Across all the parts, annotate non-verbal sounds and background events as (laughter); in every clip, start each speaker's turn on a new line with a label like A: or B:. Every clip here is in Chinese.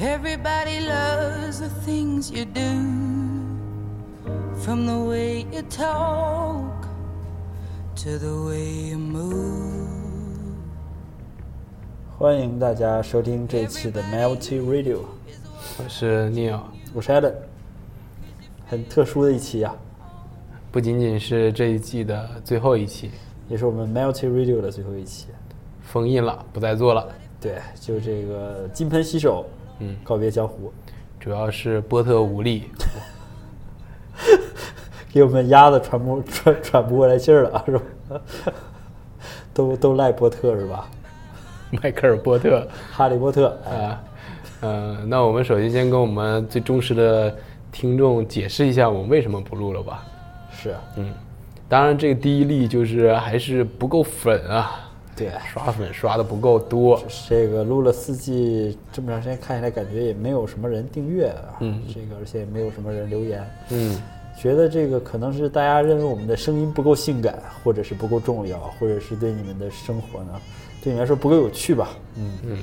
A: Everybody loves the things you do. From the way you talk to the way you move.
B: 欢迎大家收听这一期的 Melty Radio，
C: 我呃是 Neil，
B: 我是 Allen。很特殊的一期呀、啊
C: 不仅仅是这一季的最后一期，
B: 也是我们 Melty Radio 的最后一期。
C: 封印了，不再做了。
B: 对，就这个金盆洗手，
C: 嗯
B: 告别江湖，
C: 主要是波特无力，
B: 给我们压的喘不 (laughs) 喘喘不过来气儿了， (laughs) 是吧？都都赖波特是吧？
C: 迈克尔·波特
B: 哈利波特，哎
C: 啊，嗯、那我们首先先跟我们最忠实的听众解释一下，我们为什么不录了吧？
B: 是，啊
C: 嗯，当然，这个第一例就是还是不够粉啊，
B: 对，
C: 刷粉刷的不够多，
B: 这个录了四季这么长时间，看下来感觉也没有什么人订阅啊，
C: 嗯
B: 这个而且也没有什么人留言，
C: 嗯，
B: 觉得这个可能是大家认为我们的声音不够性感，或者是不够重要，或者是对你们的生活呢，对你们来说不够有趣吧？嗯嗯，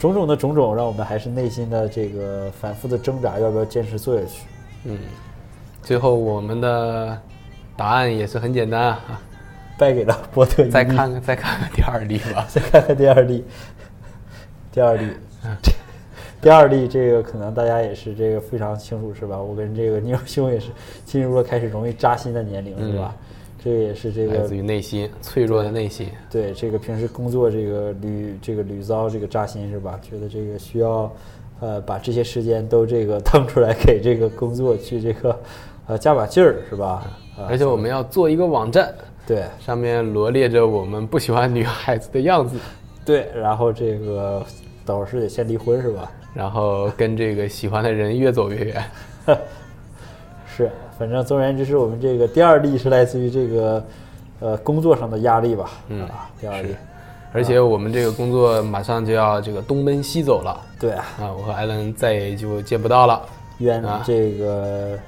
B: 种种的种种，让我们还是内心的这个反复的挣扎，要不要坚持做下去？
C: 最后我们的答案也是很简单啊，
B: 败给了波特一
C: 再
B: 例。
C: 看 (laughs) 看再看看第二例吧
B: 再看看第二例， (laughs) 第
C: (laughs)
B: 二例，这第二例这个可能大家也是这个非常清楚是吧？我跟这个牛兄也是进入了开始容易扎心的年龄是吧？这个也是这
C: 嗯来
B: 个
C: 自于内心脆弱的内心，
B: 对这个平时工作这个屡这个屡遭这个扎心是吧？觉得这个需要，呃，把这些时间都这个腾出来给这个工作去这个，呃，加把劲儿是吧？啊、
C: 而且我们要做一个网站，
B: 对
C: 上面罗列着我们不喜欢女孩子的
B: (laughs)
C: 样子，
B: 对，然后这个导师得先离婚是吧？ (laughs)
C: 然后跟这个喜欢的人越走越远。
B: 是，反正总而言之，是我们这个第二例是来自于这个，呃，工作上的压力吧？嗯啊，第二例，
C: 而
B: 啊
C: 且我们这个工作马上就要这个东奔西走了
B: 对啊，
C: 啊，我和艾伦再也就见不到了。
B: 远
C: 啊
B: 这个，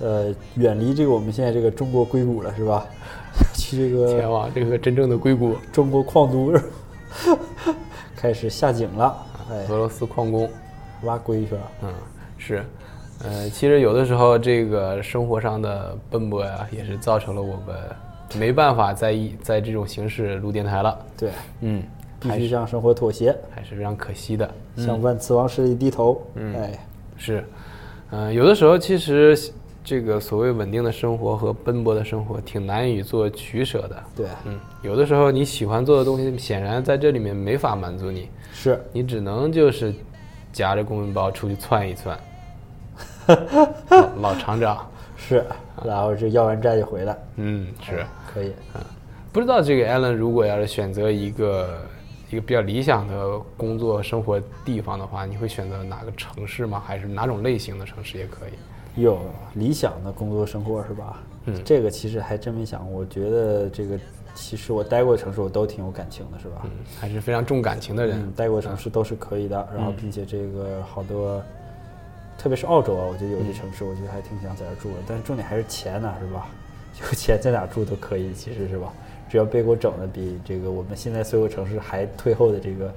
B: 呃，远离这个我们现在这个中国硅谷了是吧？ (laughs) 去这个
C: 前往这个真正的硅谷，
B: 中国矿都 (laughs) 开始下井了，哎，
C: 俄罗斯矿工。
B: 挖龟去了。
C: 嗯，是，呃，其实有的时候这个生活上的奔波呀、也是造成了我们没办法在一在这种形式录电台了。
B: 对，
C: 嗯，
B: 必须向生活妥协，
C: 还是非常可惜的。
B: 向万磁王势力低头。哎，
C: 是，嗯、有的时候其实这个所谓稳定的生活和奔波的生活挺难以做取舍的。
B: 对，
C: 嗯，有的时候你喜欢做的东西，显然在这里面没法满足你，
B: 是，
C: 你只能就是夹着公文包出去窜一窜。老老厂长，
B: 是，
C: 啊
B: 然后这要完债就回来，
C: 嗯，是。
B: 可以。
C: 啊不知道这个 Allen 如果要是选择一个一个比较理想的工作生活地方的话，你会选择哪个城市吗？还是哪种类型的城市也可以？
B: 有理想的工作生活是吧？嗯，这个其实还真没想过。我觉得这个其实我待过的城市，我都挺有感情的，是吧？
C: 嗯还是非常重感情的人。
B: 嗯，待过的城市都是可以的。然
C: 嗯
B: 后，并且这个好多，特别是澳洲啊，我觉得
C: 嗯
B: 有些城市，我觉得还挺想在这儿住的。但是重点还是钱呐、是吧？ (laughs) 有钱在哪住都可以，其实是吧？只要别给我整的比这个我们现在所有城市还退后的这个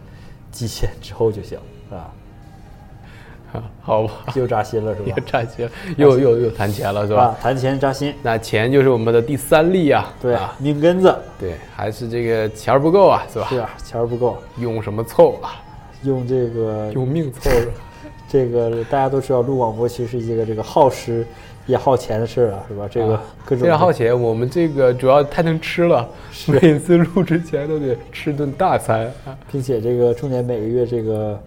B: 极限之后就行，啊，
C: 好吧，
B: 又扎心了
C: (laughs)
B: 是
C: 又
B: 吧？
C: 赚钱，又又又谈钱了是吧？
B: 啊，谈钱扎心，
C: 那钱就是我们的第三例啊，
B: 对，
C: 啊，
B: 命根子
C: 对，还是这个钱儿不够啊，是吧？
B: 是啊，钱儿不够，
C: 用什么凑啊？
B: 用这个
C: 用命凑是吧？
B: 这个大家都知道，录广播其实是一个这个耗时也耗钱的事儿 (laughs) 啊，是吧？这个各种
C: 非常好奇，我们这个主要太能吃了，每次录之前都得吃顿大餐啊。
B: 并且这个重点每个月这个，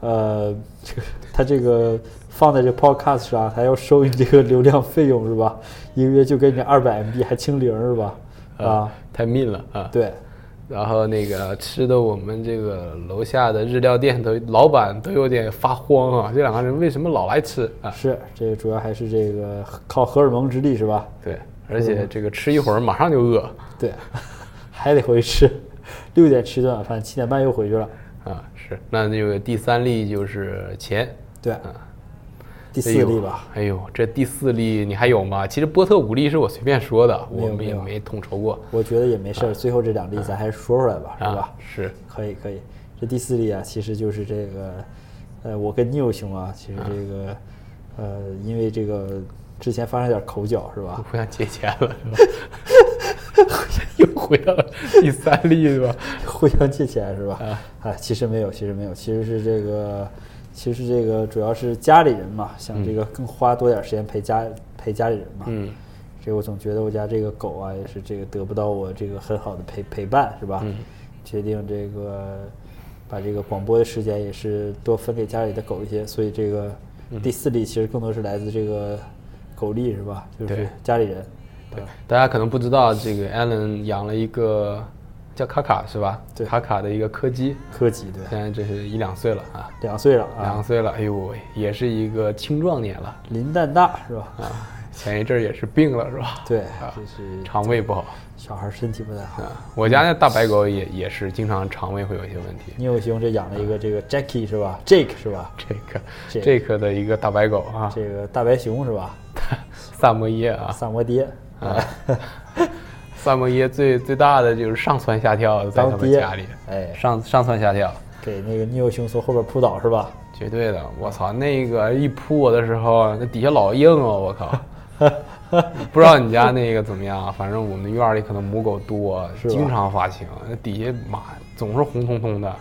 B: 呃， (laughs) 这个他这个放在这 podcast 上还要收你这个流量费用是吧？ (laughs) 一个月就给你二百 MB 还清零是吧？
C: 呃
B: 啊，
C: 太命了啊！
B: 对，
C: 然后那个吃的，我们这个楼下的日料店的老板都有点发慌啊，这两个人为什么老来吃啊？
B: 是这主要还是这个靠荷尔蒙之力是吧？
C: 对，而且这个吃一会儿马上就饿
B: 对， (laughs) 还得回去吃， (laughs) 六点吃顿晚饭，七点半又回去了。
C: 啊，是。那这个第三例就是钱，
B: 对，第四
C: 嗯哎呦
B: 例吧，。
C: 哎呦，这第四例你还有吗？其实波特五例是我随便说的，
B: 没有
C: 我们也
B: 没有
C: 没统筹过，啊
B: 我觉得也没
C: 嗯
B: 事儿，最后这两例咱还是说出来吧，是吧
C: 啊？？是，
B: 可以可以，这第四例啊，其实就是这个呃，我跟 New 兄啊，其实这个，呃，因为这个之前发生点口角是
C: (laughs)
B: 吧？
C: 互相借钱了是吧？ (laughs) 又回到了第三例是吧？
B: 互相借钱是吧？
C: 啊
B: 啊，其实没有，其实没有，其实是这个，其实这个主要是家里人嘛，想这个更花多点时间陪家陪家里人嘛。
C: 嗯，
B: 这我总觉得我家这个狗啊，也是这个得不到我这个很好的陪陪伴是吧？
C: 嗯
B: 决定这个把这个广播的时间也是多分给家里的狗一些，所以这个
C: 嗯
B: 第四例其实更多是来自这个狗力是吧？就是
C: 对
B: 家里人。呃
C: 对，大家可能不知道，这个 Allen 养了一个叫卡卡是吧？
B: 对
C: 卡卡的一个柯基，
B: 柯基对，
C: 现在这是一两岁了啊，
B: 两岁了啊，
C: 两岁了，哎呦喂，也是一个青壮年了
B: 林蛋大是 (laughs) 吧？
C: 啊，前一阵儿也是病了是吧？
B: 对
C: 啊，
B: 这是
C: 肠胃不好
B: 小孩身体不太好。
C: 啊，我家那大白狗也也是经常肠胃会有一些问题。
B: 你有兄这养了一个这个 Jackie 是吧？Jake 是吧？
C: 这个
B: 这
C: 这个的一个大白狗啊，
B: 这个大白熊是吧？
C: 萨摩耶啊，
B: 萨摩爹，
C: 啊， (laughs) 萨摩耶最最大的就是上蹿下跳，在他
B: 当
C: 们
B: 爹
C: 家里，
B: 哎
C: 上上蹿下跳，
B: 给那个 Neo 兄从后边扑倒是吧？
C: 绝对的。我操，那个哎一扑我的时候，那底下老硬哦，
B: (laughs)
C: 我靠！不知道你家那个怎么样啊，反正我们院儿里可能母狗多，
B: 是吧
C: 经常发情，那底下妈总是红彤
B: (laughs)
C: 彤的。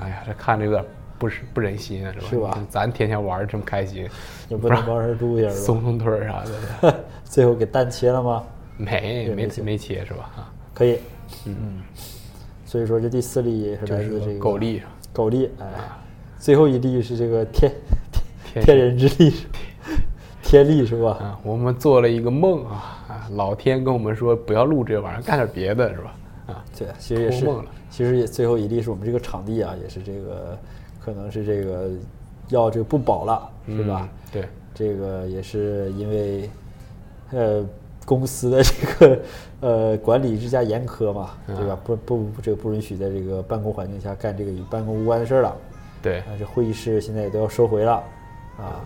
C: 哎呀，这看着有点不是不忍心啊，是吧？
B: 是吧
C: 你看咱天天玩儿这么开心，
B: 也不能帮人撸一下是吧？
C: 松松腿儿啥
B: (laughs)
C: 的，
B: 最后给蛋切了吗？
C: 没
B: 对没
C: 没
B: 切
C: 没切是吧？啊，
B: 可以，嗯，所以说这第四例也是
C: 就
B: 来自这
C: 是
B: 个
C: 狗力，
B: 狗力，哎，最后一例是这个天天
C: 天
B: 天人之力，
C: (laughs)
B: 天力是吧？
C: 啊，我们做了一个梦啊，啊老天跟我们说不要录这玩意儿，干点别的是吧？啊，
B: 对，其实也是
C: 托梦了，
B: 其实也最后一例是我们这个场地啊，也是这个可能是这个要这个不保了是吧？
C: 嗯？对，
B: 这个也是因为，呃，公司的这个呃管理日加严苛嘛，对
C: 嗯
B: 吧？不不不这个不允许在这个办公环境下干这个与办公无关的事儿了。
C: 对，嗯
B: 啊，这会议室现在也都要收回了，啊，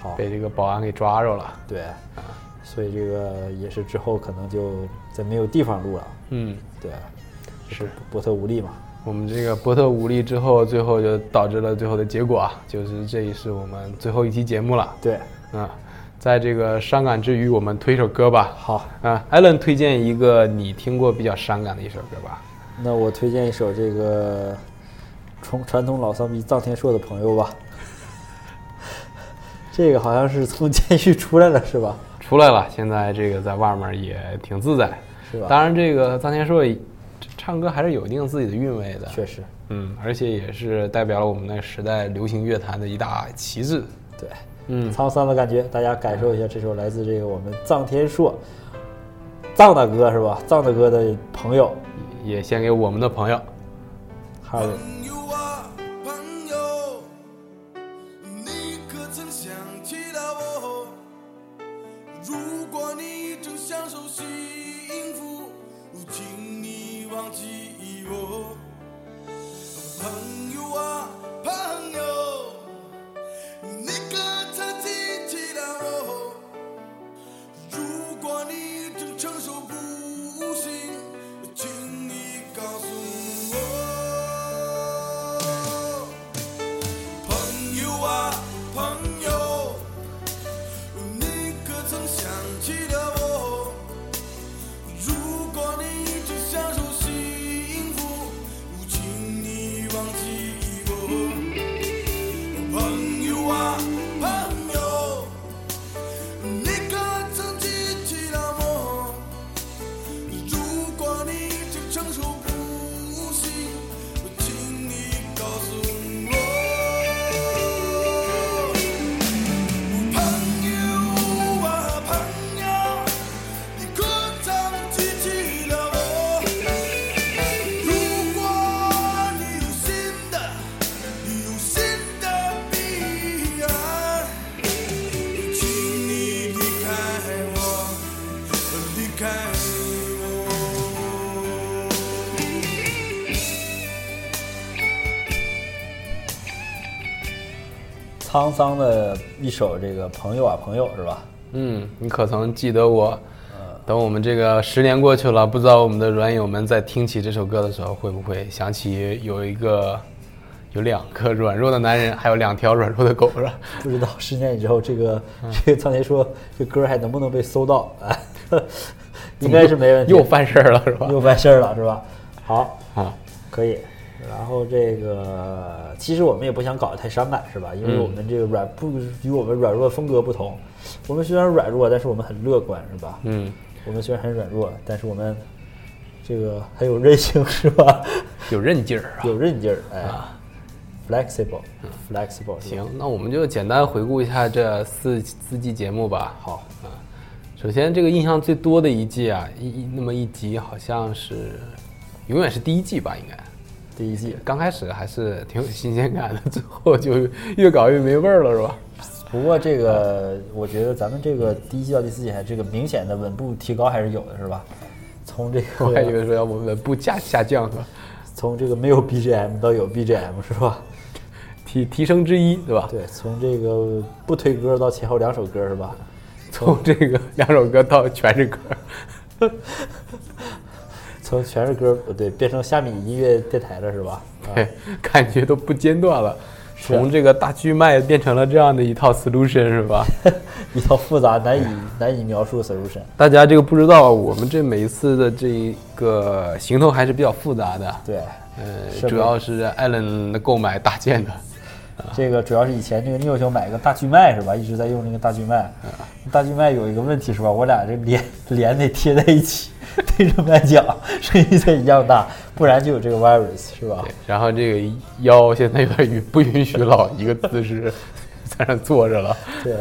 B: 好，
C: 被这啊个保安给抓着了。
B: 对，所以这个也是之后可能就再没有地方录了，
C: 嗯，
B: 对，啊
C: 是
B: 波特无力嘛，
C: 我们这个波特无力之后，最后就导致了最后的结果啊，就是这也是我们最后一期节目了。
B: 对，
C: 啊，在这个伤感之余，我们推一首歌吧。
B: 好，
C: 啊，艾伦推荐一个你听过比较伤感的一首歌吧。
B: 那我推荐一首这个传传统老丧逼臧天朔的朋友吧。这个好像是从监狱出来了是吧？
C: 出来了，现在这个在外面也挺自在，
B: 是吧
C: 当然，这个臧天朔唱歌还是有一定自己的韵味的，
B: 确实，
C: 嗯，而且也是代表了我们那个时代流行乐坛的一大旗帜。
B: 对，
C: 嗯，
B: 沧桑的感觉，大家感受一下这首来自这个我们臧天朔，臧大哥是吧？臧大哥的朋友
C: 也献给我们的朋友。
B: 哈尔
D: 朋友啊，朋友，你可曾想起了我？如果你正享受幸福，请你忘记我。朋友啊，朋友，你可曾记起了我？如果你正承受不幸，请你告诉我。朋友啊，朋友，你可曾想起了我？如果你正享受幸福，请你忘记我。朋友啊，朋友。你可曾记起了我？如果你正承受不幸，请你告诉我。朋友啊朋友，你可曾记起了我？如果你有新的，你有新的彼岸。请你离开我，离开我。
B: 沧桑的一首这个朋友啊朋友是吧？
C: 嗯，你可曾记得我？等我们这个十年过去了，不知道我们的软友们在听起这首歌的时候，会不会想起有一个有两个软弱的男人，还有两条软弱的狗，是吧？
B: 不知道十年以后这个这个仓田说这歌还能不能被搜到？ (laughs) 啊应该是没问题。
C: 又犯事儿了，是吧？
B: 又办事儿了是吧？好，
C: 啊，
B: 可以。然后这个其实我们也不想搞得太伤感是吧？因为
C: 嗯
B: 我们这个软不与我们软弱风格不同，我们虽然软弱，但是我们很乐观是吧？
C: 嗯，
B: 我们虽然很软弱，但是我们这个很有韧性是
C: (laughs)
B: 吧？
C: 有韧劲儿啊。
B: 有韧劲儿，哎、f l e x i b l e f l e x i b l e
C: 啊嗯行，那我们就简单回顾一下这四四季节目吧。好啊，首先这个印象最多的一季啊，一一那么一集好像是永远是第一季吧，应该。
B: 第一季
C: 刚开始还是挺有新鲜感的，最后就越搞越没味儿了，是吧？
B: 不过这个，我觉得咱们这个第一季到第四季还这个明显的稳步提高还是有的，是吧？从这
C: 我还以
B: 个
C: 为说要稳稳步下下降呢，
B: 从这个没有 BGM 到有 BGM 是吧？
C: 提提升之一，对吧？
B: 对，从这个不推歌到前后两首歌是吧？
C: 从这个两首歌到全是歌，
B: 从全是歌不对，变成虾米音乐电台了是吧？ (laughs) 啊
C: 对，感觉都不间断了。
B: 啊
C: 从这个大巨卖变成了这样的一套 solution 是
B: (laughs)
C: 吧？
B: 一套复杂难以难以描述的 solution。
C: 大家这个不知道，啊我们这每一次的这一个行头还是比较复杂的。，
B: 对，是吗
C: 呃，主要是艾伦购买搭建的。
B: 这个主要是以前这个拗兄买个大巨麦是吧？一直在用那个大巨麦。大巨麦有一个问题是吧？我俩这脸脸得贴在一起， (laughs) 对着麦讲，声音才一样大，不然就有这个 virus 是吧？
C: 然后这个腰现在有点允不允许老一个姿势 (laughs) 在那坐着了，
B: 对，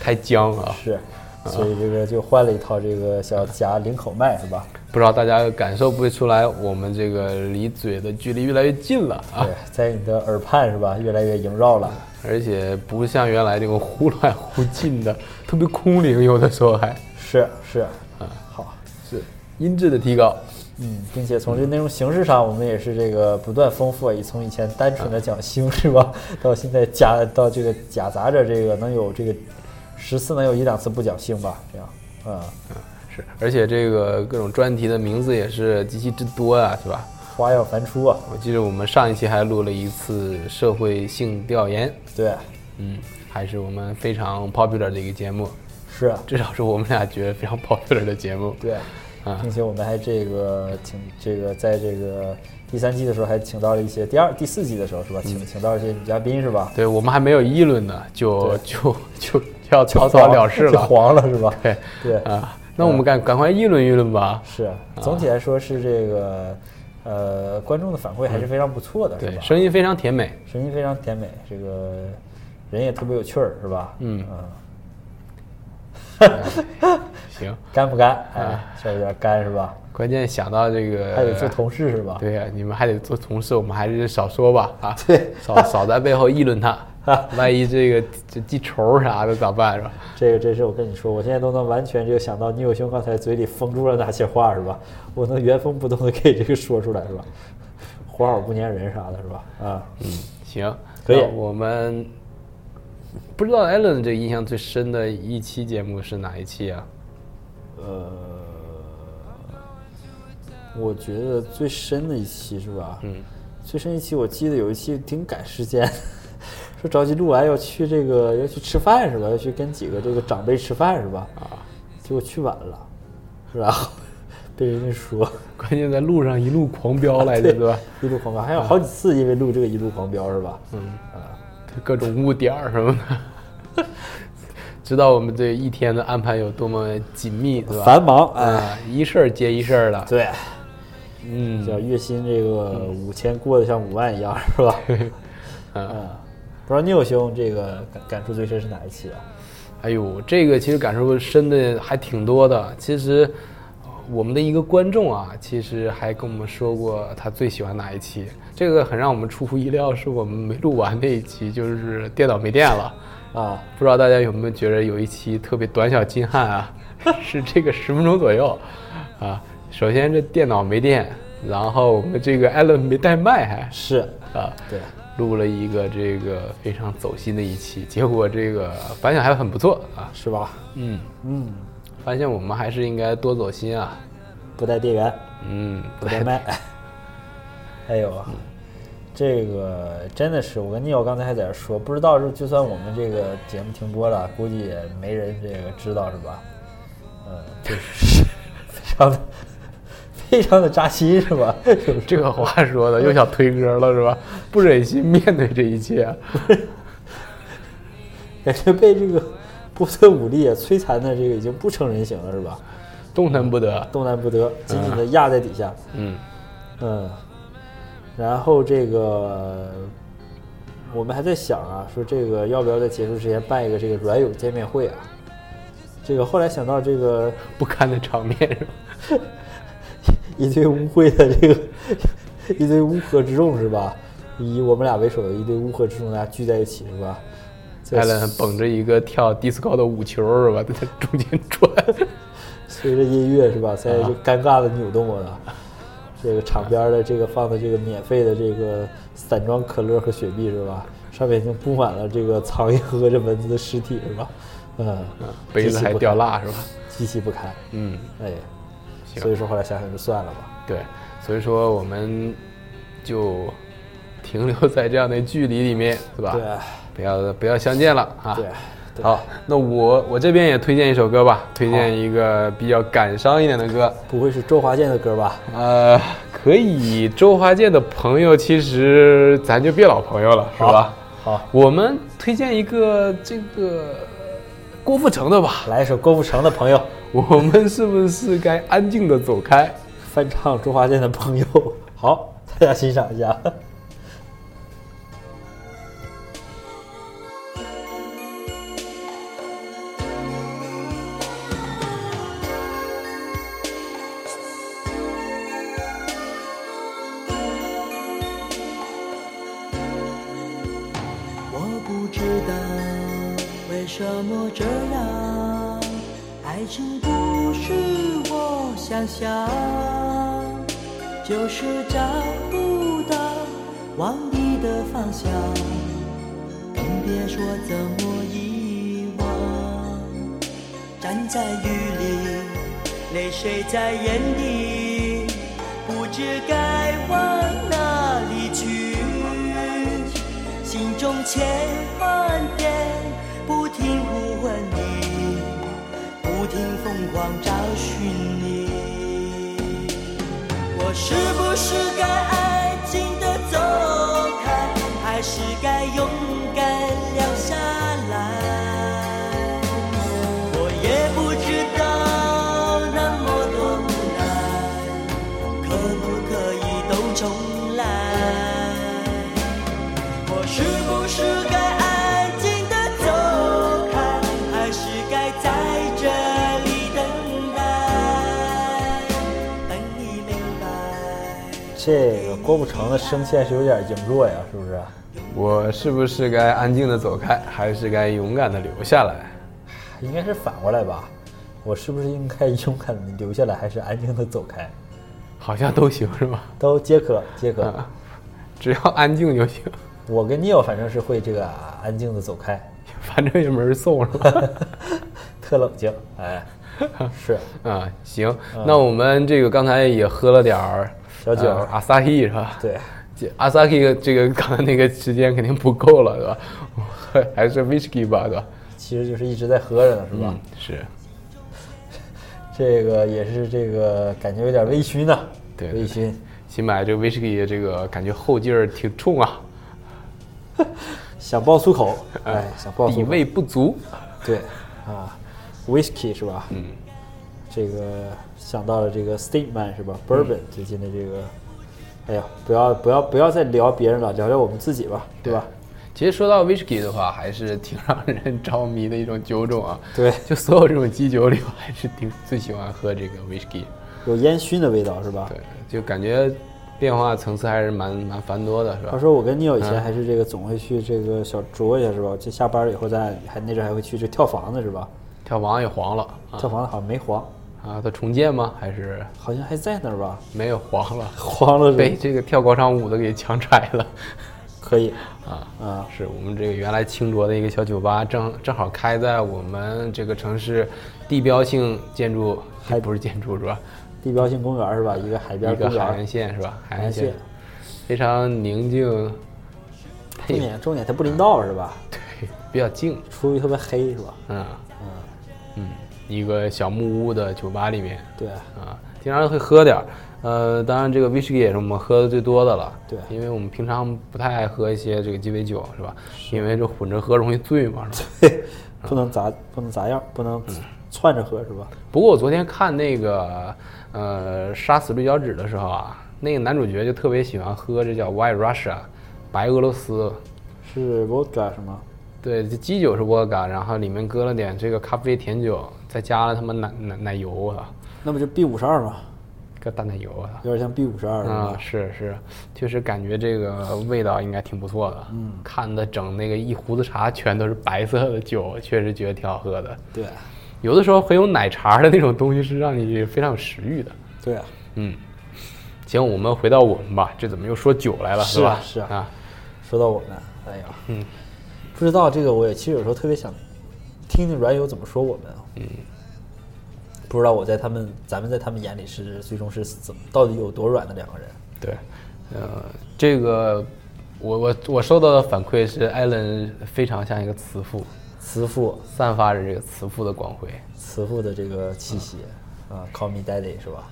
C: 太僵了。
B: 是，所以这个就换了一套这个小夹领口麦是吧？
C: 不知道大家感受不出来，我们这个离嘴的距离越来越近了啊
B: 对！，在你的耳畔是吧？越来越萦绕了。
C: 而且不像原来这种忽远忽近的，特别空灵，有的时候还
B: 是是，好，
C: 是音质的提高。
B: 嗯，并且从这内容形式上，我们也是这个不断丰富，也从以前单纯的讲星是吧，到现在夹到这个夹杂着这个能有这个十次能有一两次不讲星吧，这样，嗯，
C: 是，而且这个各种专题的名字也是极其之多啊，是吧？
B: 花样繁出啊，
C: 我记得我们上一期还录了一次社会性调研，
B: 对，
C: 嗯，还是我们非常 popular 的一个节目，
B: 是，
C: 至少是我们俩觉得非常 popular 的节目。
B: 对，
C: 啊
B: 并且我们还这个请这个在这个第三季的时候还请到了一些第二第四季的时候是吧，
C: 嗯
B: 请请到一些女嘉宾是吧，
C: 对，我们还没有议论呢，就就 (laughs) 就要草
B: 就
C: 草
B: 黄
C: 了事
B: (laughs) 就
C: 了。
B: 黄了是吧？
C: (laughs) 对
B: 对
C: 啊，那我们赶赶快议论议论吧。
B: 是，啊总体来说是这个，呃，观众的反馈还是非常不错的，是
C: 嗯对，
B: 吧？
C: 声音非常甜美。
B: 声音非常甜美，这个人也特别有趣儿，是吧？
C: 嗯行，
B: 干不干？
C: 啊
B: 哎，稍微有点干是吧？
C: 关键想到这个
B: 还得做同事是吧？
C: 呃对呀、你们还得做同事，我们还是少说吧
B: (laughs)
C: 啊， (laughs) 少少在背后议论他，万一这个这记仇啥的咋办是吧？
B: 这个真是我跟你说，我现在都能完全就想到你有兄刚才嘴里封住了哪些话是吧？我能原封不动的给这个说出来是吧？活好不粘人啥的是吧？啊，
C: 行，
B: 可以
C: 那我们不知道艾伦这印象最深的一期节目是哪一期啊？
B: 呃，我觉得最深的一期是吧？嗯，最深一期我记得有一期挺赶时间，说着急录完要去这个要去吃饭是吧？要去跟几个这个长辈吃饭是吧？啊，结果去晚了，然后 (laughs) 被人家说
C: 关键在路上一路狂飙来的，对吧？
B: 一路狂飙，还有好几次因为录这个一路狂飙是吧？嗯，
C: 各种误点儿什么的， (laughs) 知道我们这一天的安排有多么紧密，对吧？
B: 繁忙哎，
C: 啊，一事儿接一事儿的，
B: 对，
C: 嗯，
B: 叫月薪这个五千过得像五万一样是
C: (laughs)
B: 吧？
C: 啊，
B: 嗯，不知道拗兄这个感感触最深是哪一期啊？
C: 哎呦，这个其实感受深的还挺多的。其实呃我们的一个观众啊，其实还跟我们说过他最喜欢哪一期，这个很让我们出乎意料，是我们没录完那一期，就是电脑没电了。
B: 啊，
C: 不知道大家有没有觉得有一期特别短小精悍 (laughs) 啊？是这个十分钟左右啊。首先这电脑没电，然后我们这个艾伦没带麦还
B: 是，
C: 啊，
B: 对，
C: 录了一个这个非常走心的一期，结果这个反响还很不错啊。
B: 是吧？
C: 嗯，
B: 嗯，
C: 发现我们还是应该多走心啊。
B: 不带电源，
C: 嗯，
B: (laughs) 不带麦。哎呦，这个真的是，我跟 n e 刚才还在这说，不知道是就算我们这个节目停播了，估计也没人这个知道是吧？嗯，就是非常的非常的扎心是吧？ (laughs) 就是
C: 这个话说的又想推歌了是吧？不忍心面对这一切，啊
B: 感觉被这个波特武力也摧残的这个已经不成人形了是吧？
C: 动弹不得。
B: 动弹不得，紧紧的压在底下。
C: 嗯，
B: 嗯，然后这个我们还在想啊，说这个要不要在结束之前办一个这个软友见面会啊？这个后来想到这个 (laughs)
C: 不堪的场面是吧？
B: 一堆污秽的这个 (laughs) 一堆乌合之众是吧？以我们俩为首的一堆乌合之众，大家聚在一起是吧？在
C: 艾伦捧着一个跳 disco 的舞球是吧， (laughs) 在中间转，
B: 随着音乐是吧，在这尴尬的扭动我的。这个场边的这个放的这个免费的这个散装可乐和雪碧是吧？上面已经铺满了这个苍蝇和这蚊子的尸体是吧？嗯，
C: (laughs) 杯子还掉蜡是吧？
B: 极其不堪，
C: 嗯，
B: 哎，
C: 行
B: 所以说后来想想就算了吧。
C: 对，所以说我们就停留在这样的距离里面，对吧？
B: 对啊
C: 不要不要相见了啊！
B: 对啊，对
C: 好，那我我这边也推荐一首歌吧，推荐一个比较感伤一点的歌。
B: 不会是周华健的歌吧？
C: 呃，可以，周华健的朋友其实咱就别老朋友了，是吧？
B: 好，
C: 我们推荐一个这个郭富城的吧。 (laughs)
B: 来一首郭富城的朋友
C: 我们是不是该安静的走开？
B: 翻唱周华健的朋友， (laughs) 好，大家欣赏一下。
D: 我不知道为什么这样，爱情不是我想象，就是找不到往你的方向，更别说怎么遗忘。站在雨里，泪水在眼底，不知该往哪里去。心中千万遍不停呼唤你，不停疯狂找寻你。我是不是该安静的走开，还是该勇敢留下来？我也不知道那么多无奈，可不可以都重来？我是不是该安静的走开，还是该在这里等待？等你明白。
B: 这个郭富城的声线是有点羸弱呀，是不是？
C: 我是不是该安静的走开，还是该勇敢的留下来？
B: 应该是反过来吧？我是不是应该 (laughs) 勇敢的留下来，还是安静的走开？
C: 好像都行是吧？ (laughs)
B: 都皆可，皆可。
C: 啊，只要安静就行， (laughs)
B: 我跟 Neil 反正是会这个啊安静的走开， (laughs)
C: 反正也没人送是吧？
B: 特冷静，哎，是
C: (laughs) 啊，行，那我们这个刚才也喝了点儿
B: 小酒
C: 呃阿萨希是吧？
B: 对，
C: 这阿萨希这个刚才那个时间肯定不够了，对吧？ (laughs) 我喝还是 whisky 吧，对吧？
B: 其实就是一直在喝着呢，是吧？
C: 嗯，是，
B: 这个也是这个感觉有点微醺呢、
C: 对
B: 微醺。
C: 新买这个 whisky 这个感觉后劲儿挺冲啊，
B: 想爆粗口，哎，
C: 啊
B: 想爆粗
C: 底
B: 口，
C: 呃味不足，
B: (laughs) 对啊，whisky 是吧？嗯，这个想到了这个 Stateman 是吧？Bourbon
C: 嗯
B: 最近的这个，哎呀，不要不要不要再聊别人了，聊聊我们自己吧，对吧？？
C: 其实说到 whisky 的话，还是挺让人着迷的一种酒种啊。
B: 对
C: 就所有这种基酒里，我还是挺最喜欢喝这个 whisky。
B: 有烟熏的味道是吧？
C: 对，就感觉变化层次还是蛮蛮繁多的，是
B: 话
C: 吧？
B: 说我跟 Neil 以
C: 嗯
B: 前还是这个总会去这个小酌一下是吧？就下班了以后咱俩还那阵还会去这跳房子是吧？
C: 跳王也黄了啊
B: 跳房子好像没黄，
C: 啊！它重建吗？还是
B: 好像还在那儿吧？ (laughs)
C: 没有黄了？
B: 黄了是
C: 被
B: 吧？
C: 这个跳广场舞的给强拆了。
B: 可以
C: 啊
B: 啊，
C: 是我们这个原来青卓的一个小酒吧，正正好开在我们这个城市地标性建筑，还不是建筑是吧？
B: 地标性公园是吧？一个海边
C: 一个
B: 公
C: 海
B: 园
C: 岸，线是吧？海
B: 海
C: 岸
B: 线
C: 线，非常宁静，它
B: 重
C: 也
B: 点重点它不临道是吧？
C: 对比较静，
B: 出去特别黑是吧？
C: 嗯嗯，一个小木屋的酒吧里面
B: 对， (laughs)
C: 啊，经常会喝点儿。呃，当然这个 whisky 也是我们喝的最多的了，
B: 对
C: 因为我们平常不太爱喝一些这个鸡尾酒，是吧？因为这混着喝容易醉嘛，是吧？
B: 不能砸不能砸样，不能窜着喝是吧？
C: 不过我昨天看那个呃《杀死绿脚趾》的时候啊，那个男主角就特别喜欢喝这叫 White Russia，白俄罗斯。
B: 是 vodka 是吗？
C: 对，这基酒是沃嘎，然后里面搁了点这个咖啡甜酒，再加了他妈奶奶奶油啊，
B: 那不就 B 五十二吗？
C: 搁大奶油啊。
B: 有点像 B 五十二是
C: 啊、
B: 吧？
C: 是是，确实感觉这个味道应该挺不错的。嗯，看他整那个一壶子茶全都是白色的酒，确实觉得挺好喝的。
B: 对
C: 有的时候很有奶茶的那种东西是让你非常有食欲的。
B: 对啊，
C: 嗯，行，我们回到我们吧，这怎么又说酒来了，
B: 是啊
C: 吧？
B: 是啊
C: 啊，
B: 说到我们，哎呀，嗯，不知道这个我也其实有时候特别想听听软友怎么说我们啊，嗯，不知道我在他们咱们在他们眼里是最终是怎么到底有多软的两个人，
C: 对，呃，这个我我我收到的反馈是，艾伦非常像一个慈父，
B: 慈父
C: 散发着这个慈父的光辉。
B: 慈父的这个气息啊，Call me daddy 是吧？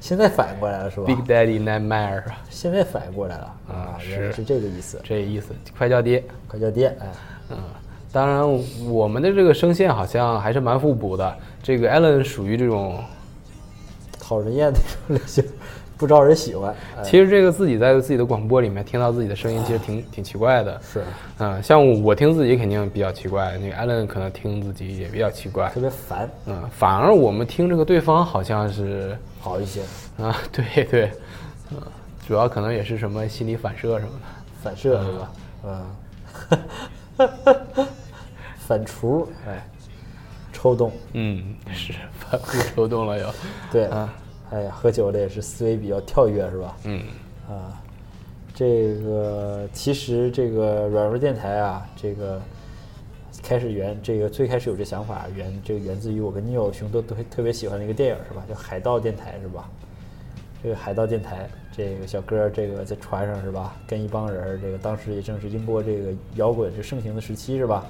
B: 现在反应过来了是吧
C: Big？Daddy Nightmare，
B: 现在反应过来了啊，
C: 是
B: 原来是这个意思，
C: 这意思，快叫爹。
B: 快叫爹哎，
C: 嗯，当然，我们的这个声线好像还是蛮互补的。这个艾伦属于这种
B: 讨人厌那 (laughs) 种类型，不招人喜欢，哎
C: 其实这个自己在自己的广播里面听到自己的声音，其实挺挺奇怪的。
B: 啊是，
C: 嗯，像我我听自己肯定比较奇怪，那个艾伦可能听自己也比较奇怪
B: 特。别烦，
C: 嗯，反而我们听这个对方好像是，
B: 好一些，
C: 啊， (laughs) 对对，嗯，主要可能也是什么心理反射什么的。
B: 反射是吧？嗯， (laughs) 反刍哎，抽动
C: 嗯，是反复抽动了又。
B: 对，哎呀，喝酒的也是思维比较跳跃是吧？
C: 嗯，
B: 啊，这个其实这个软弱电台啊，这个开始源这个最开始有这想法，源这个源自于我跟 Neil 熊都特别特别喜欢的一个电影是吧？叫《海盗电台》是吧？这个海盗电台，这个小哥儿这个在船上是吧？跟一帮人儿，这个当时也正是英国这个摇滚是盛行的时期是吧？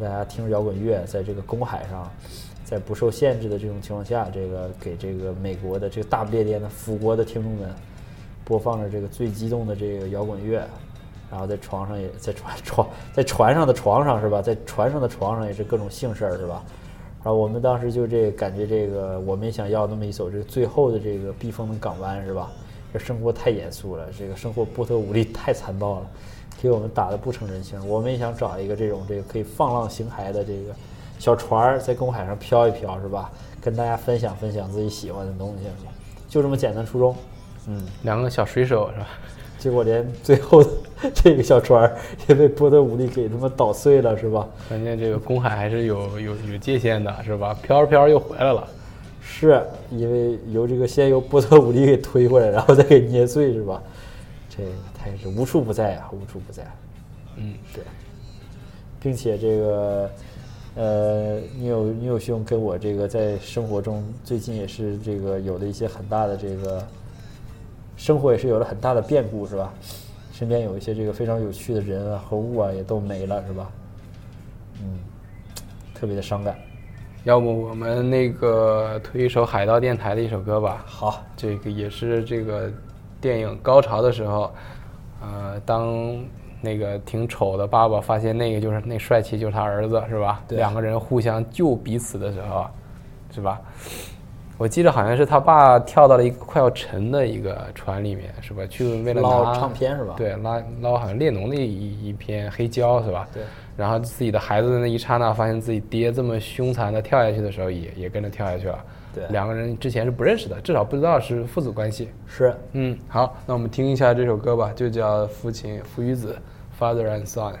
B: 大家听着摇滚乐，在这个公海上，在不受限制的这种情况下，这个给这个美国的这个大不列颠的腐国的听众们播放着这个最激动的这个摇滚乐，然后在床上也在船床在船上的床上是吧，在船上的床上也是各种性事儿是吧？然后我们当时就这感觉这个我们也想要那么一首这个最后的这个避风的港湾是吧？这生活太严肃了，这个生活波特武力太残暴了，给我们打得不成人形。我们也想找一个这种这个可以放浪形骸的这个小船儿，在公海上飘一飘是吧？跟大家分享分享自己喜欢的东西是吧？就这么简单初衷，嗯。
C: 两个小水手是吧？
B: 结果连最后的 (laughs) 这个小船儿也被波特武力给他们捣碎了，是吧？
C: 关键这个公海还是有有有界限的，是吧？飘着飘着又回来了。
B: 是因为由这个先由波特武力给推回来，然后再给捏碎，是吧？这个他也是无处不在啊，无处不在。
C: 嗯，
B: 对，并且这个呃，你有你有兄跟我这个在生活中最近也是这个有了一些很大的这个生活也是有了很大的变故，是吧？身边有一些这个非常有趣的人啊和物啊也都没了，是吧？嗯，特别的伤感。
C: 要不我们那个推一首海盗电台的一首歌吧。
B: 好，
C: 这个也是这个电影高潮的时候，呃，当那个挺丑的爸爸发现那个就是那帅气就是他儿子是吧？
B: 对
C: 两个人互相救彼此的时候，是吧？我记得好像是他爸跳到了一个快要沉的一个船里面，是吧？去为了
B: 捞
C: 拿
B: 唱片是吧
C: 对，拉捞好像列侬的一一篇黑胶是吧？
B: 对
C: 然后自己的孩子的那一刹那，发现自己爹这么凶残的跳下去的时候也，也跟着跳下去了。
B: 对
C: 两个人之前是不认识的，至少不知道是父子关系。
B: 是
C: 嗯，好，那我们听一下这首歌吧，就叫《父亲父与子》（Father and Son）。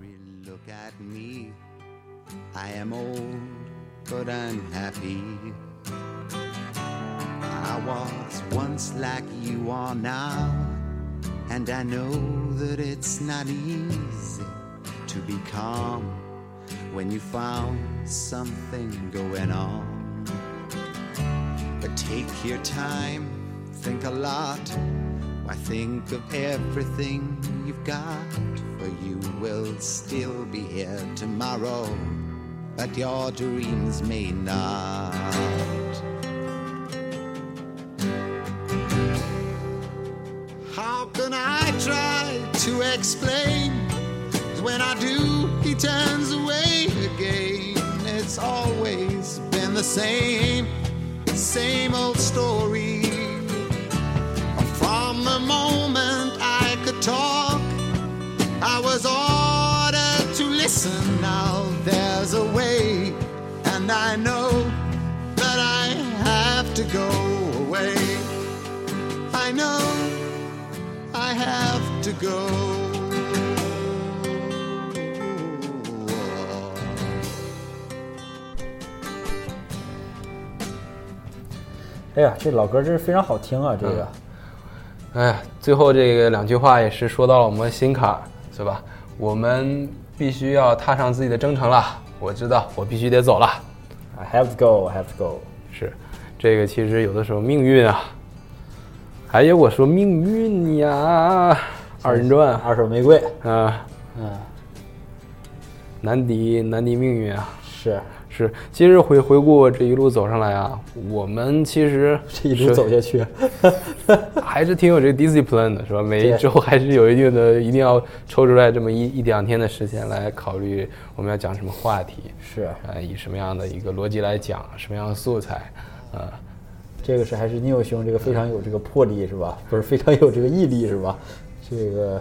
E: Really look at me. I am old, but I'm happy. I was once like you are now, and I know that it's not easy to be calm when you found something going on.
D: But take your time, think a lot. Why think of everything you've got? For you will still be here tomorrow, but your dreams may not. How can I try to explain? 'Cause When I do, he turns away again. It's always been the same, same old story. From the moment I could talk, I was ordered to listen. Now there's a way, and I know that I have to go away. I know. I have to go.
B: 哎呀，这老歌真是非常好听啊！这个，
C: 哎呀，最后这个两句话也是说到了我们心坎儿，是吧？我们必须要踏上自己的征程了。我知道，我必须得走了。
B: I have to go, I have to go。
C: 是，这个其实有的时候命运啊，哎呀，我说命运呀，二人转啊，
B: 二手玫瑰
C: 嗯，难敌难敌命运啊。
B: 是
C: 是，其实回回顾这一路走上来啊，我们其实
B: (laughs) (laughs) 这一路
C: 是
B: 走下去，
C: 还是挺有这个 discipline 的，是吧？每一
B: 对
C: 周还是有一定的，一定要抽出来这么一一两天的时间来考虑我们要讲什么话题，
B: 是 (laughs)
C: 呃，以什么样的一个逻辑来讲，什么样的素材，呃，
B: 这个是还是宁兄这个非常有这个魄力是吧？不是非常有这个毅力是吧？这个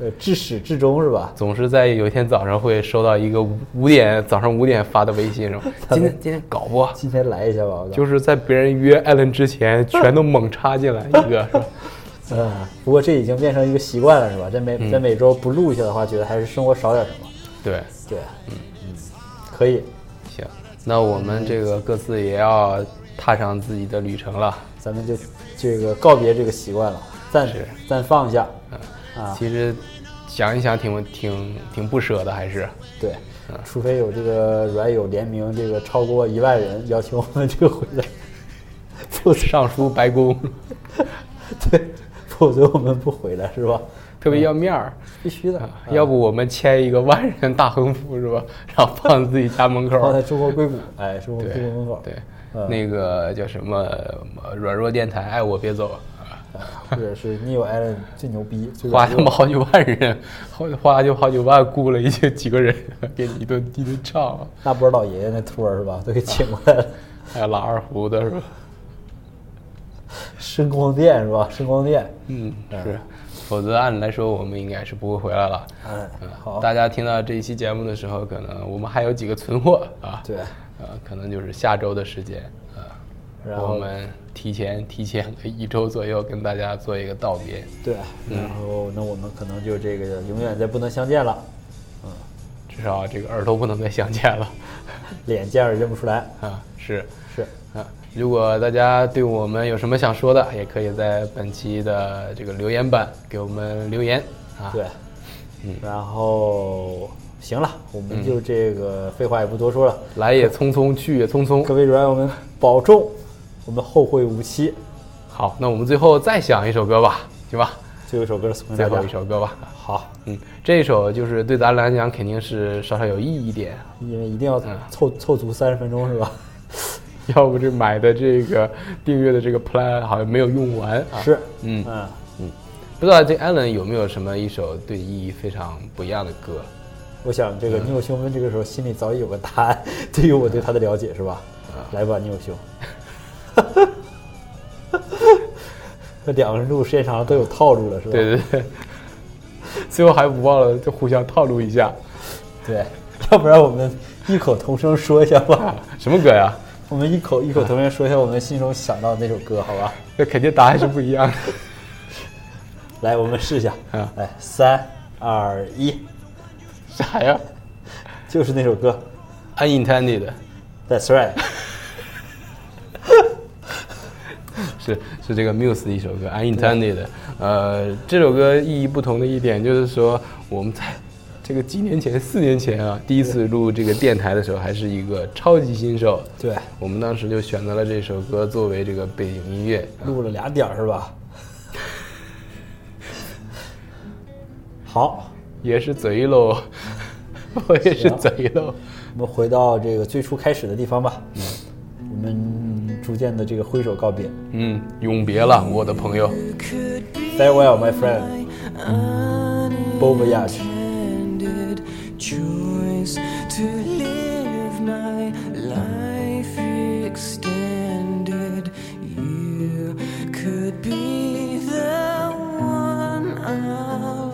B: 呃至始至终是吧？
C: 总是在有一天早上会收到一个五五点早上五点发的微信，说 (laughs) 今天今天搞不？
B: 今天来一下吧，我
C: 就是是在别人约艾伦之前，全都猛插进来一 (laughs) 个，是吧？
B: 嗯，不过这已经变成一个习惯了是吧？在每在每周不录一下的话，觉得还是生活少点什么。
C: 对，
B: 对，嗯可以，
C: 行，那我们这个各自也要踏上自己的旅程了。
B: 咱们就这个告别这个习惯了，暂
C: 是嗯
B: 暂放下。啊
C: 其实想一想挺挺挺不舍的，还是 (laughs)
B: 对，
C: 嗯
B: 除非有这个软友联名，这个超过一万人要求我们这个回来， (laughs) 否则
C: 上书白宫， (laughs)
B: 对，否则我们不回来是吧？
C: 特别要面儿。
B: 必须的，
C: 要不我们签一个万人大横幅是吧？然后放自己家门口
B: 放在
C: 儿。
B: 中国硅谷，哎，中国
C: 对
B: 硅谷门口，
C: 对，
B: 嗯
C: 那个叫什么呃软弱电台，爱我别走。
B: 或者是 Neil Allen 最牛逼，最
C: 花
B: 软
C: 他
B: 弱
C: 妈好几万人，花花就好几万雇了一些几个人给你一顿一顿唱，
B: 那波老爷爷那托儿是
C: 啊
B: 吧？都给请过来了，
C: 还有拉二胡的是吧？
B: 声光电是
C: 啊
B: 吧？声光电，
C: 嗯，是，否则按理来说我们应该是不会回来了。
B: 哎
C: 嗯，
B: 好
C: 大家听到这一期节目的时候，可能我们还有几个存货啊，
B: 对
C: 呃，可能就是下周的时间啊，
B: 然
C: 我
B: 后
C: 们提前提前个一周左右跟大家做一个道别。
B: 对，
C: 嗯
B: 然后那我们可能就这个永远再不能相见了，
C: 至少这个耳朵不能再相见了
B: 脸见着认不出来，
C: 啊！是
B: 是。
C: 啊，如果大家对我们有什么想说的，也可以在本期的这个留言板给我们留言啊。
B: 对，然后行了，我们就这个废话也不多说了，
C: 来也匆匆，去也匆匆
B: 各。位软友们保重，我们后会无期。
C: 好，那我们最后再想一首歌吧，行吧？
B: 最后一首歌送给
C: 最
B: 大家，
C: 后一首歌吧。
B: 好，
C: 嗯，这一首就是对咱来讲肯定是稍稍有意义一点，啊
B: 因为一定要凑
C: 嗯
B: 凑足三十分钟是吧？
C: (laughs) 要不这买的这个订阅的这个 plan 好像没有用完啊。
B: 是，
C: 嗯
B: 嗯，
C: 不知道这 Allen 有没有什么一首对意义非常不一样的歌？
B: 我想
C: 嗯
B: 这个宁友兄们这个时候心里早已有个答案，对于我对他的了解是吧？
C: 啊
B: 来吧，宁友
C: (laughs)
B: 兄。这两个人录时间长了都有套路了是吧？
C: 对对 (laughs) 对，最后还不忘了就互相套路一下，
B: 对， (laughs) 要不然我们异口同声说一下吧。
C: (laughs) 什么歌啊呀？
B: 我们一口一口同声说一下我们心中想到的那首歌，好吧？
C: 那肯定答案是不
B: (laughs)
C: 一样的。
B: 来，我们试一下
C: 啊。
B: 来，三二一，
C: 啥呀
B: 就是那首歌。
C: ？Unintended，
B: That's right。
C: 是是这个 Muse 的一首歌，Unintended。呃，这首歌意义不同的一点就是说，我们在这个几年前，四年前啊，第一次录这个电台的时候，还是一个超级新手。
B: 对
C: 我们当时就选择了这首歌作为这个背景音乐。
B: 录了俩点儿是吧？好，
C: 也是嘴喽，
B: (laughs)
C: 我也是
B: 行
C: 嘴喽。
B: 我们回到这个最初开始的地方吧。我们逐渐的这个挥手告别
C: 嗯，永别了，我的朋友。
B: ，Farewell, my friend, bon voyage。
A: ended choice to live my life extended. You could be the one I'll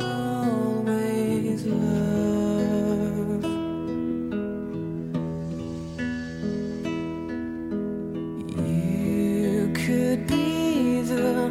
A: always love. You could be the